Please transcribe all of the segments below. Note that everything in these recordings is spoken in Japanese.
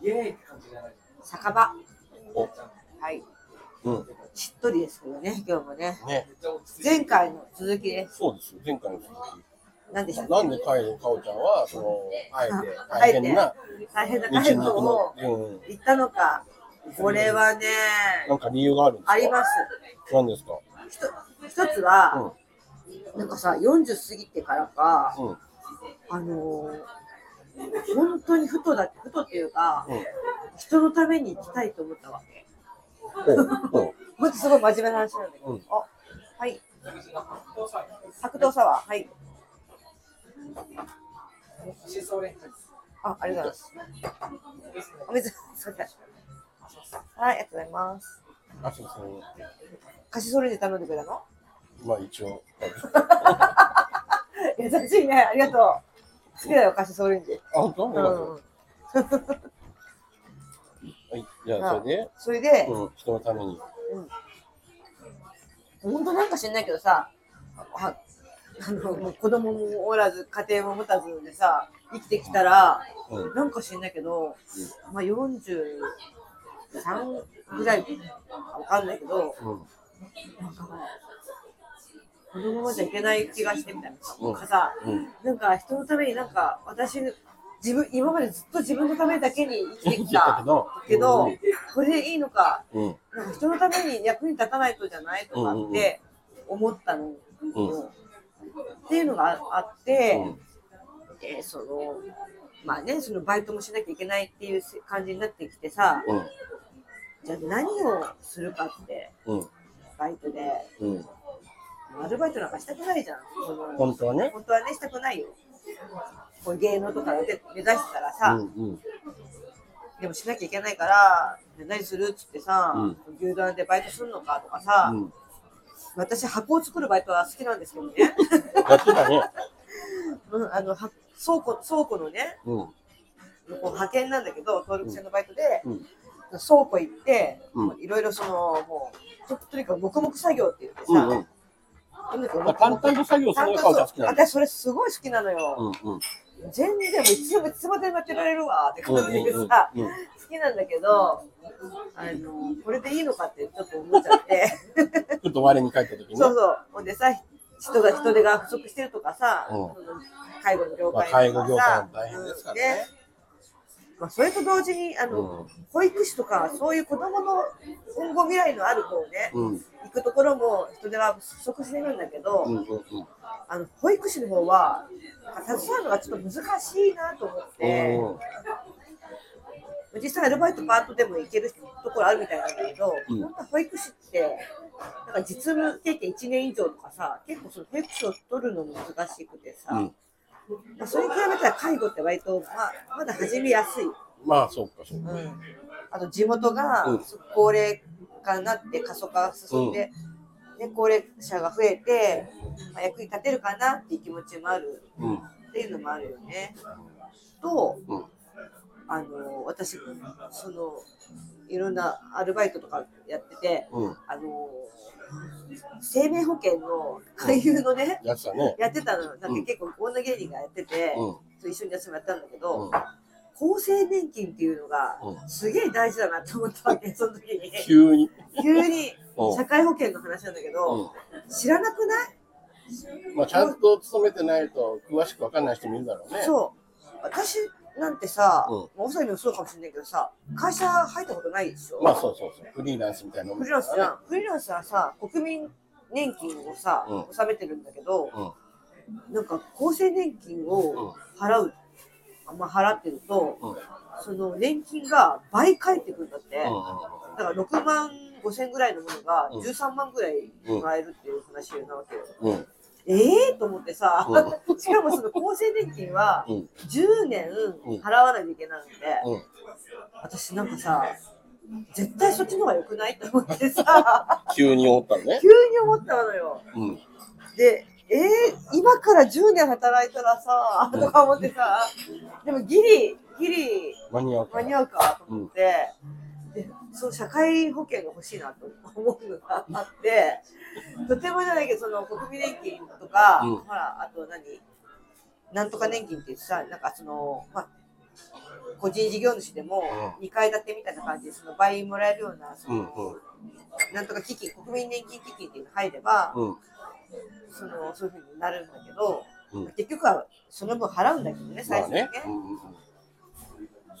イエーイって感じじゃない酒場。おはい。うん。しっとりですけどね、今日もね。ね。めっちゃ落ち着いて前回の続きです。そうですよ。前回の続何でしたき。っなんでカイのカオちゃんは、その、あえてあ大変なけ大変な道介の護くをの、うん。言ったのか。これはね、なんか理由があるんですかあります。す。何ですかひと一つは、なんかさ、40過ぎてからか、うん。うん。あのー本当にふとだ、ふとっていうか、うん人のために生きたいと思ったわけ。おうもっとすごい真面目な話なんだけど、うんあ、はい。白桃サワー、はい。シソレンジあ、ありがとうございます。お水、すいませんはい、ありがとうございます。あ、そうそう。カシソレンジ頼んでくれたのまあ一応。優しいね、ありがとう。好きだよ、カシソレンジ。あ、本当う。なんん。はい。じゃあ、それで、それで、うん、人のために。本当なんか知んないけどさ、ああのもう子供もおらず、家庭も持たずでさ、生きてきたら、うん。なんか知んないけど、まあ43ぐらいわかんないけど、うん。なんかねこのままじゃいけない気がしてみたいな。うんなんかさ、うん。なんか人のためになんか私、自分、今までずっと自分のためだけに生きて言っきてたたけ。ど。けど、これでいいのか、うん。なんか人のために役に立たないとじゃないとかって思ったの、うんっていうのがああって、うん。でそのまあねそのバイトもしなきゃいけないっていうせ感じになってきてさうん。じゃあ何をするかってうん。バイトでうん。アルバイトなんかしたくないじゃんその本当はね。本当はねしたくないよこういう芸能とかで目指してたらうさ、ん。うん。でもしなきゃいけないからで何するっつってさ、うん牛丼でバイトするのかとかさ、うん。私箱を作るバイトは好きなんですけどね やってたね。うん、あのは倉庫倉庫のねうん。こう派遣なんだけど登録制のバイトで、うん倉庫行ってうんいろいろそのもうととにかく黙々作業って言ってさ、うん。うん。とにかくまあ淡々と作業するのがカオちゃん好きなんだ。私それすごい好きなのうよ、ん。うん。全然もういつでもいつまでもやってられるわってうん感じでさ、うんうん好きなんだけどあのこれでいいのかってちょっと思っちゃってちょっと我に帰った時ねそうそうほんでさ人が人手が不足してるとかさ、うんその介護の業まあ界と介護か業界さも大変ですからね。まあ、それと同時にあの、う保育士とかそういう子どもの今後未来のある子をね、ん。うん。行くところも人手は不足してるんだけど、うん。うん。あの保育士の方は携わるのがちょっと難しいなと思って、うん実際アルバイトパートでも行けるところあるみたいなんだけど、うん本当は保育士ってなんか実務経験1年以上とかさ結構その保育士を取るのも難しくてさ、うんまあ、それに比べたら介護って割とまあまだ始めやすい。まあ、そうか、そうか。うんあと地元がうん高齢化になって過疎化が進んで、ね、高齢者が増えて、まあ、役に立てるかなっていう気持ちもあるうん。っていうのもあるよね。と、うんあの私そのいろんなアルバイトとかやっててうん。あの生命保険の勧誘のね、やつだね。やってたのなんかうん結構女芸人がやってて、うん。と一緒にやつもやったんだけど。うん。厚生年金っていうのがうんすげえ大事だなと思ったわ け、その時に。急に。急にうん社会保険の話なんだけど、う知らなくない、ん。まあ、ちゃんと勤めてないと、詳しくわかんない人もいるだろうね。う。そう。私なんてさ、うんまあおさみもそうかもしれないけどさ、会社入ったことないでしょ。まあ、そうそうそう。フリーランスみたいなもんフだリーかラらンスじゃん。フリーランスはさ、国民年金をさ、うん納めてるんだけど、なんか厚生年金を払う、まあ、払ってると、うんその年金が倍返ってくるんだって。うだん。から6万5千ぐらいのものがうん13万ぐらいもらえるっていう話なわけよ。うん。うん。ええー、と思ってさ、うしかもその厚生年金はうん10年うん払わないといけないので、うん私なんかさ、絶対そっちの方が良くないと思ってさ、急に思ったのね。急に思ったのよ。うん。で、えー、今から10年働いたらさ、とか思ってさ、でもギリ、ギリ、間に合うか間ら。に合うかと思って、でその社会保険が欲しいなと思うのがあってとてもじゃないけどその国民年金とか、うんほらあと何なんとか年金ってさなんかその、まあ、個人事業主でもう2階建てみたいな感じでその倍もらえるようなそうんの、なんとか基金国民年金基金っていうのが入れば、うんうんそのそういうふうになるんだけど、うん結局はその分払うんだけどね最ま初あにね,、ねうんうんうん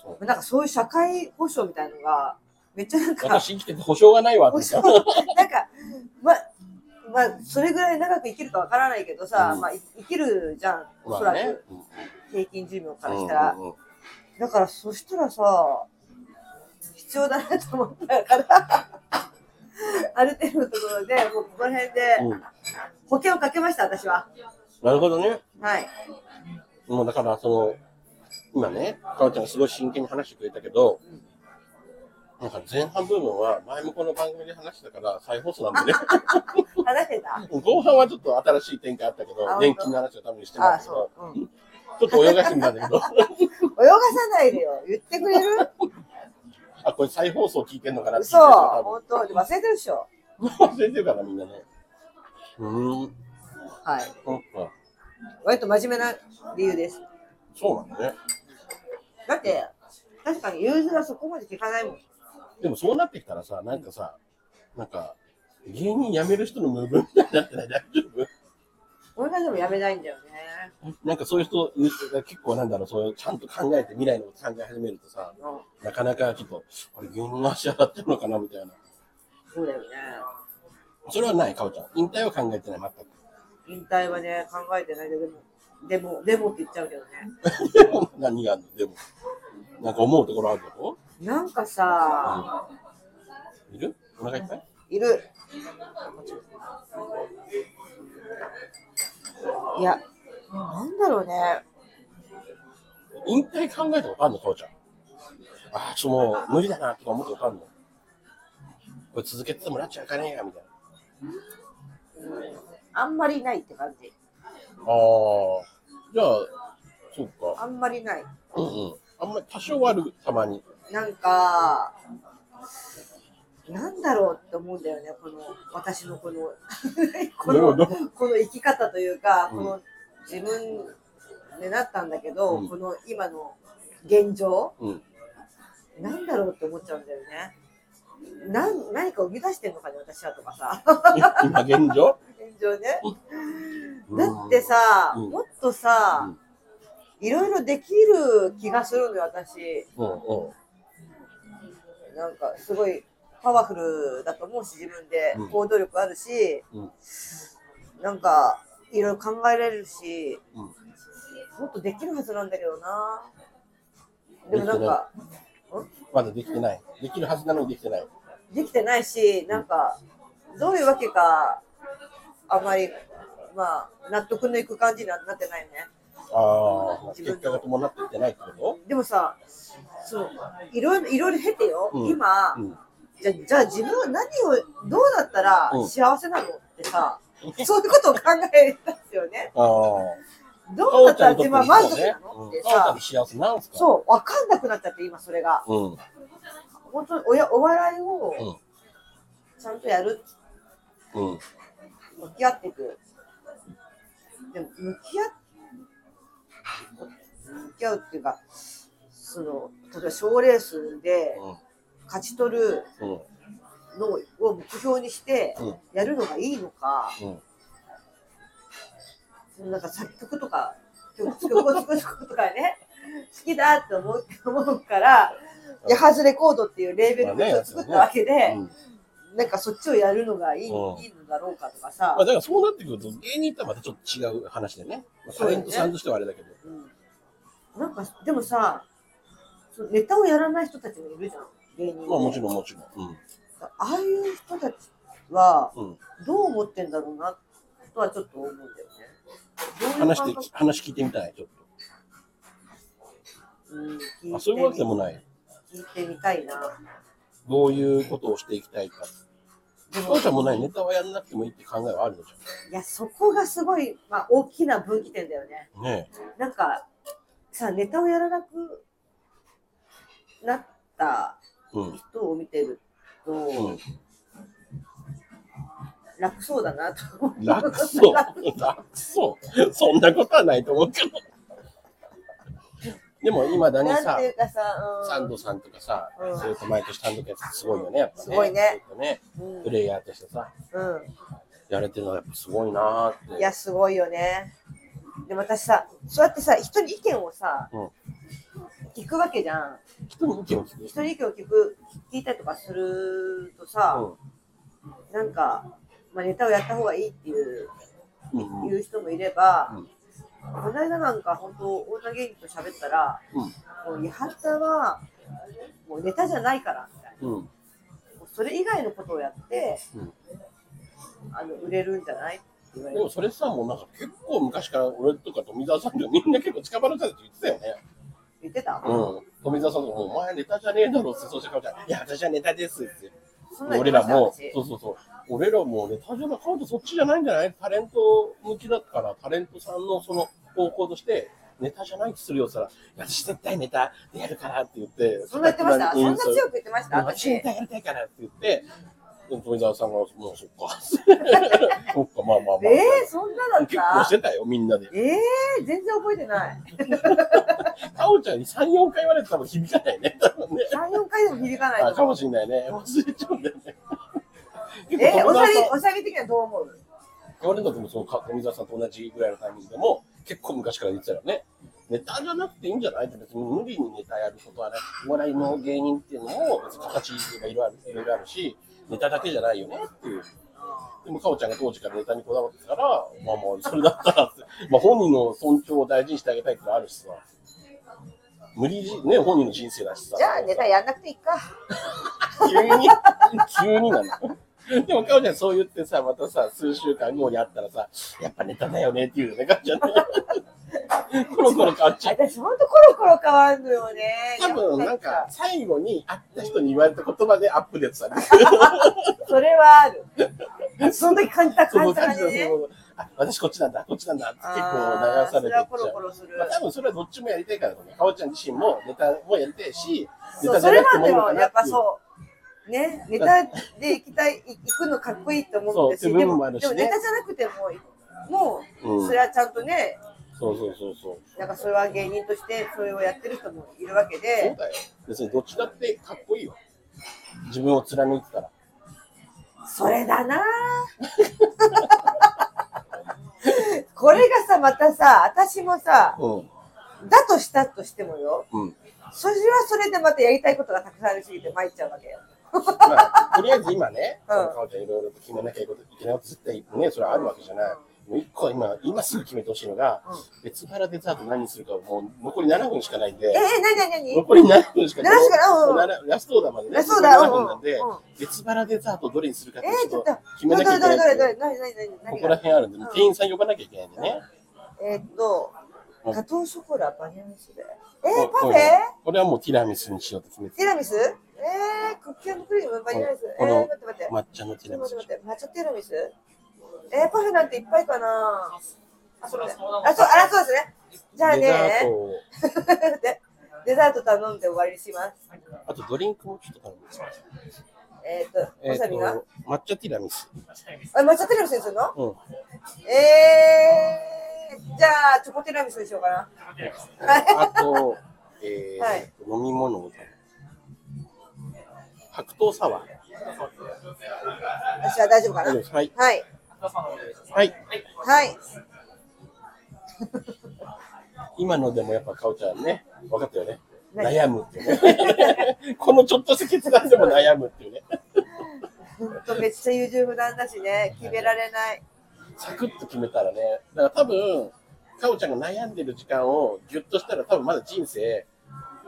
そうなんかそういう社会保障みたいのがめっちゃなんか私生きてて保証がないわ保ってさ障 なんかままあそれぐらい長く生きるかわからないけどさ、うんまあい生きるじゃんおそまあらねく平均寿命からうんしたら、うんうんうんだからそしたらさ必要だなと思ったから ある程度のところでもうここら辺でうん保険をかけました私はなるほどねはいもうだからその今ねかおちゃんがすごい真剣に話してくれたけどなんか前半部分は前もこの番組で話してたから再放送な んでね話せた後半はちょっと新しい展開あったけあど本当年金の話のためにしてたあんだけどそう、うん、泳ちょっと泳がしてみたんだ けどがさないでよ言ってくれるあこれ再放送聞いてんのかなって聞いて嘘たら多本当でも忘れてるでしょ分忘れてるからみんなねうーんはいそっか割と真面目な理由ですそうなんだねだって確かに融通はそこまで聞かないもんでもそうなってきたらさ、なんかさ、なんか、芸人辞める人のムーブみたいになってない 大丈俺がでもやめないんだよね夫なんかそういう人、結構なんだろう、そういうちゃんと考えて未来のこと考え始めるとさ、うんなかなかちょっと、これ芸人の足洗ってるのかなみたいな。そうだよねそれはない、かおちゃん。引退は考えてない、引退はね考えてないけどでもでもでもって言っちゃうけどね全く。 何があるのでも。なんか思うところあることなんかさ、いるお腹いっぱいいる。いや、なんだろうね。引退考えたことあるの、かおちゃん。ああ、ちょっともう無理だな、とか思ったことあるの。これ続けててもらっちゃうかねえや、みたいな。あんまりないって感じ。ああ、じゃあ、そうか。あんまりない。うんうん。あんまり多少はある、たまに。なんか、なんだろうって思うんだよね、この、私のこの、 こなるほの、どこの生き方というか、うんこの自分でなったんだけど、うんこの今の現状、うん。なんだろうって思っちゃうんだよね。なん何か生み出してんのかね、私はとかさ。今現状現状ね。うんだってさ、うんもっとさ、いろいろできる気がするのよ、私。うんうん。なんか、すごいパワフルだと思うし、自分でうん行動力あるし、うんなんか、いろいろ考えられるし、うんもっとできるはずなんだけどな。でもなんか、まだできてない。できるはずなのにできてない。できてないし、なんか、どういうわけか、あまり、まあ、納得のいく感じにはなってないよね。ああ、自分結の果が伴っていってないってこでもさ、そう、いろいろ、いろいろ経てよ、うん今、とうん。じゃ、じゃあ自分は何を、どうだったらうん幸せなのってさ、そういうことを考えたんですよね。ああ。どうだったらか自おち分はゃん満にと足ってなものっそうねてうんかおちゃんさの、幸せなんすかう。そう、わかんなくなっちゃって、今それが。うん。本当におやお笑いうをん、ちゃんとやる、うん。向き合っていく。でも、向き合っ向き合うっていうか、その、例えば賞レースで勝ち取る、うん。うん。のを目標にしてうんやるのがいいのか、うん。なんか作曲とか曲曲を作ることがね好きだって思う思うからうんヤハズレコードっていうレーベルまあねを作ったわけで、うんなんかそっちをやるのがいい,、うんいいのだろうかとかまさあ、だ、からそうなってくると、芸人とはまたちょっと違う話でね。まあタレントさんとしてはあれだけど。うんなんかでもさそのネタをやらない人たちもいるじゃん芸人でまあもちろんもちろん。ああいう人たちはうん。うん。どう思ってんだろうなとはちょっと思うんだよねどういう話して感覚、話聞いてみたい、ちょっうん聞いてみと。あ、そういうわけでもない。聞いてみたいな。どういうことをしていきたいか。でもそうちゃんもないネタはやらなくてもいいって考えはあるのじいや、そこがすごい、まあ、大きな分岐点だよね。ゃん。ねなんか、さ、ネタをやらなくなったえ。うん。人を見てると、楽そうだなと思う。楽 そう。楽そう。そんなことはないと思うけど。でも今だになんさてい、うかさ、サンうドさんとかさう、んずっと毎年単独やっててすごいよね、やっぱね。すごいねずっとね。ん、うんプレイヤーとしてさ、うやれてるのはやっぱすごいなーって。ん、いやすごいよねでも私さそうやってさ人に意見をさ、うん聞くわけじゃん人に意見を聞く。人に意見を聞く聞いたりとかするとさ、なんか、まあ、ネタをやった方がいいっていううん。うんうん。いう人もいれば、うんこの間なんか本当女芸人と喋ったら、もう八幡はもうネタじゃないからみたいうん。なもうそれ以外のことをやって、うんあの売れるんじゃないって言われでもるそれさ、もうなんか結構昔から俺とか富澤さんとかみんな結構近場の人たち言ってたよね。言ってた、うん。富澤さんとかもお前ネタじゃねえだろって、そうしてかおちゃん、いや、私はネタですって。そんなん俺言ってまらしたも、私そうそうそう。俺らもネタじゃなくて、そっちじゃないんじゃないタレント向きだから、タレントさんのその方向として、ネタじゃないとするよって言ったら、いや私絶対ネタでやるからって言って、そんな言ってました、うそんな強く言ってました私私ネタやりたいからって言って、でも富澤さんが、もうそっか。 そっか、まあまあまあ。えー、そんなだっ結構したてたよ、みんなで。えー、全然覚えてないかおちゃんに3、4回言われて多分響かないね。多分ね。 34回でも響かなあいとかも思うしれないね。忘れちゃうんだよね。えおしゃ結れ構おしゃれ的にはどう思う富澤さん、俺の時もそのか富澤さんと同じぐらいのタイミングでも、結構昔から言ってたよね。ネタじゃなくていいんじゃないって別に無理にネタやることはない。お笑いの芸人っていうのも、別に形がいろいろあるいろいろあるし、ネタだけじゃないよねっていう。でも、かおちゃんが当時からネタにこだわってたから、まあまあ、それだったらって、まあ本人の尊重を大事にしてあげたいってのあるしさ。無理じ、ね、本人の人生だしさ。じゃあネタやんなくていいか急に、急になの。でも、かおちゃんそう言ってさ、またさ、数週間後に会ったらさ、やっぱネタだよねって言うよね、かおちゃんね。コロコロ変わっちゃう。私ほんとコロコロ変わるのよね多分、やなっんぱか、最後に会った人に言われた言葉でアップデートされる。それはある。その時感じたそ感のじた感感じじね。の、その、あ、私こっちなんだ、こっちなんだって結あー構流されてそっれちゃはコロコう。ロする。まあ、多分それはどっちもやりたいからだと思う。かおちゃん自身もネタもやりたいし、ネそうタじそゃれなくてはもいでいのもかやなってぱいう。そう。ね、ネタで行きたい、行くのかっこいいと思ってそうし、自で分ももあるしでねもネタじゃなくても、もうう、んそれはちゃんとね、そうそうそうそう。なんかそれは芸人として、それをやってる人もいるわけそうで、だよ。別にどっちだってかっこいいよ。自分を貫いてたら。それだなぁこれがさ、またさ、私もさ、うん。だとしたとしてもよ、うん。それはそれでまたやりたいことがたくさんありすぎて参っちゃうわけよ。 まあ、とりあえず今ね、うんその顔ちゃんいろいろと決めなきゃいけないこと絶対ね、それはあるわけじゃない。もう一個今、今すぐ決めてほしいのが、別腹デザート何にするかもう残り7分しかないんでえ、え、なになになに残り7分しか7分しかないうんこの7ラストオーダーまでね、ラストオーダー残り7分なんでうんうん、別腹デザートどれにするかってえー、ちちょょっっとと、決めなきゃいけどれどなれいんどでれ、なになになにこ何こがら辺あるんでうん、店員さん呼ばなきゃいけないんでね。えーっと、うんガトーショコラ、バニラミスで。こえー、うパフェこうこれはもうティラミスにしようって決めてティラミスえー、クッキークリーム、バニラミス。えこー、の待って待って。抹茶のティちょラっとミ待スって待って。抹茶ティラミスえー、パフェなんていっぱいかなあ、そうだそうだあ、そう、あら、そうですね。じゃあデザートね、を でデザート頼んで終わりにします。あとドリンクもちょっと頼むんですえーっと、えわさびーがと、抹茶ティラミス。あ、抹茶ティラミスにするのうん。えー、じゃあ、チョコティラミスにしようかな。あと、えーはい飲み物を頼む白桃サワー。私は大丈夫か大な丈夫ですはい。はい。はい。はい。今のでもやっぱかおちゃんね、分かったよね。何悩むってね。 このちょっとした決断でも悩むっていうね。ほんとめっちゃ優柔不断だしね、決められない。サクッと決めたらね。だから多分、かおちゃんが悩んでる時間をギュッとしたら多分まだ人生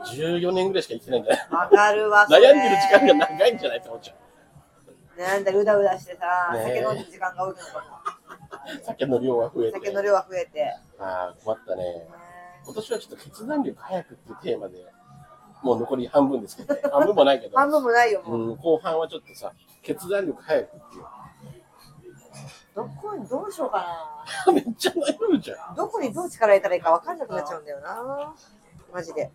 14年ぐらいしか生きてないんじゃないわかるわ。そ悩んれでる時間が長いんじゃないかおちゃん。悩んだりうだうだしてさ、ね酒飲んでる時間が多いのか酒の量は増えも。て。酒の量は増えて。ああ、困ったね。今年はちょっと決断力早くっていうテーマで、もう残り半分ですけど、ね、 半分もないけど、半分もないよ、もう。うん、後半はちょっとさ、決断力早くっていう。どこにどうしようか めっちゃ悩むじゃん。な。どこにどう力入れたらいいか分かんなくなっちゃうんだよな。マジで。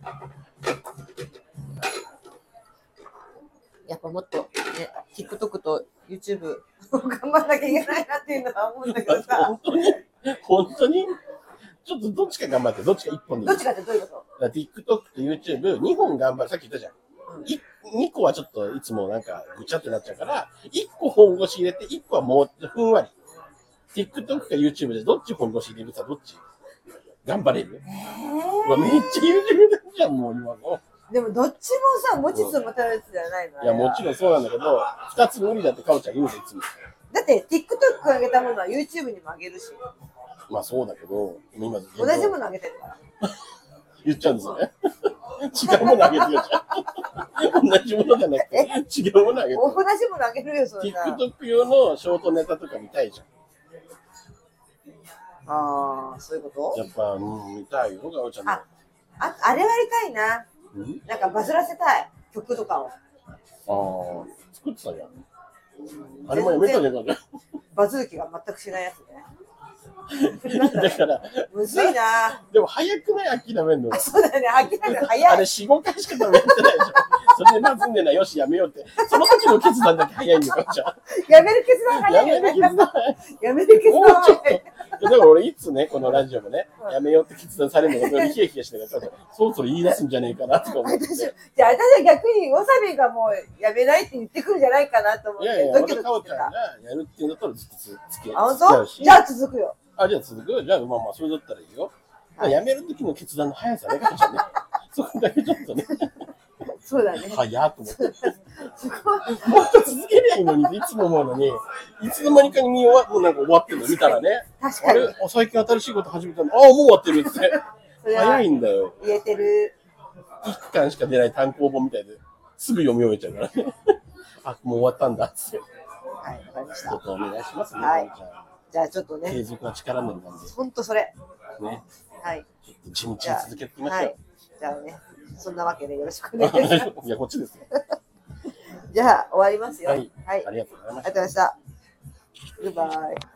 やっぱもっと、ね、TikTok と YouTube を頑張んなきゃいけないなっていうのは思うんだけどさ、本当に本当にちょっとどっちか頑張って、どっちか一本でどいっ いち。かってどういうことだから TikTok と YouTube、2本頑張る。さっき言ったじゃんうん。い2個はちょっといつもなんかぐちゃってなっちゃうから、1個本腰入れて、1個はもうふんわり。TikTok か YouTube でどっち本腰入れるかどっち頑張れるえうわめっちゃ YouTube だじゃん、もう今の。ーでもどっちもさ持ちつ持たれつじゃないのいや、もちんろんそうなんだけど、2つ無理だってかおちゃん言うじゃん、いつも。だって TikTok 上げたものは YouTube にも上げるしまあそうだけど、今ずっと同じもの上げてるから言っちゃうんですよね。 違うものあげてよじゃん。同じものじゃなくて、違うものあげて同よ。じもの上げるよそんな TikTok 用のショートネタとか見たいじゃん。ああそういうことやっぱ、うん、見たいよ、ガオちゃんの。あああれはやりたいなうんなんかバズらせたい曲とかをああ、作ってたじゃん。あれもやめたじゃん、ガオちバズる気が全くしないやつね ゃん。だから、むずいなでも早くない諦めんのあ。そうだよね飽きないのあ早れい4、5回しか食べてないでしょ。それでまずんでない、よし、やめようって。その時の決断だけ早いんだよ、ガオちゃやめる決断がん。や早いめよるね決断。やめる決もうちょ断っと。いやだから俺いつね、このラジオでねう、んやめようって決断されるのが俺ヒヤヒヤしてるから、そろそろ言い出すんじゃねえかなとか思って。私じゃあ私は逆にわさびがもうやめないって言ってくるんじゃないかなと思っいてやいや、ド俺キドキしとかおちてゃんたがやるっていうんだったらずっとつつけ付きあ本合う当し。じゃあ続くよあ、じゃあ続くじゃあまあまあ、それだったらいいよ。はいやめる時の決断の速さね、かおちゃんね。そこだけちょっ とね、そうだね早っと思って。そこはもっと続けりゃいいのにっていつも思うのに、いつの間にかに見終わもうなんか終わってるの見たらね、確あかにれ、あ最近新しいこと始めたの、ああ、もう終わってるって。それ早はいんだよ。言えてる一巻しか出ない単行本みたいで、すぐ読み終えちゃうから ね。あ、もう終わったんだっつって。はいわかりましちょたっとお願いしますね。はいじゃじゃあちょっとあ継ね続は力なりなんで、本当それね。はいちょっと地道にじゃあ続けていきましはょいじゃあねそんなわけでよろしくおう。願いします いや、こっちですよ。じゃあ終わりますよはいはいありがとうございましたありがとうございました。グッバイ。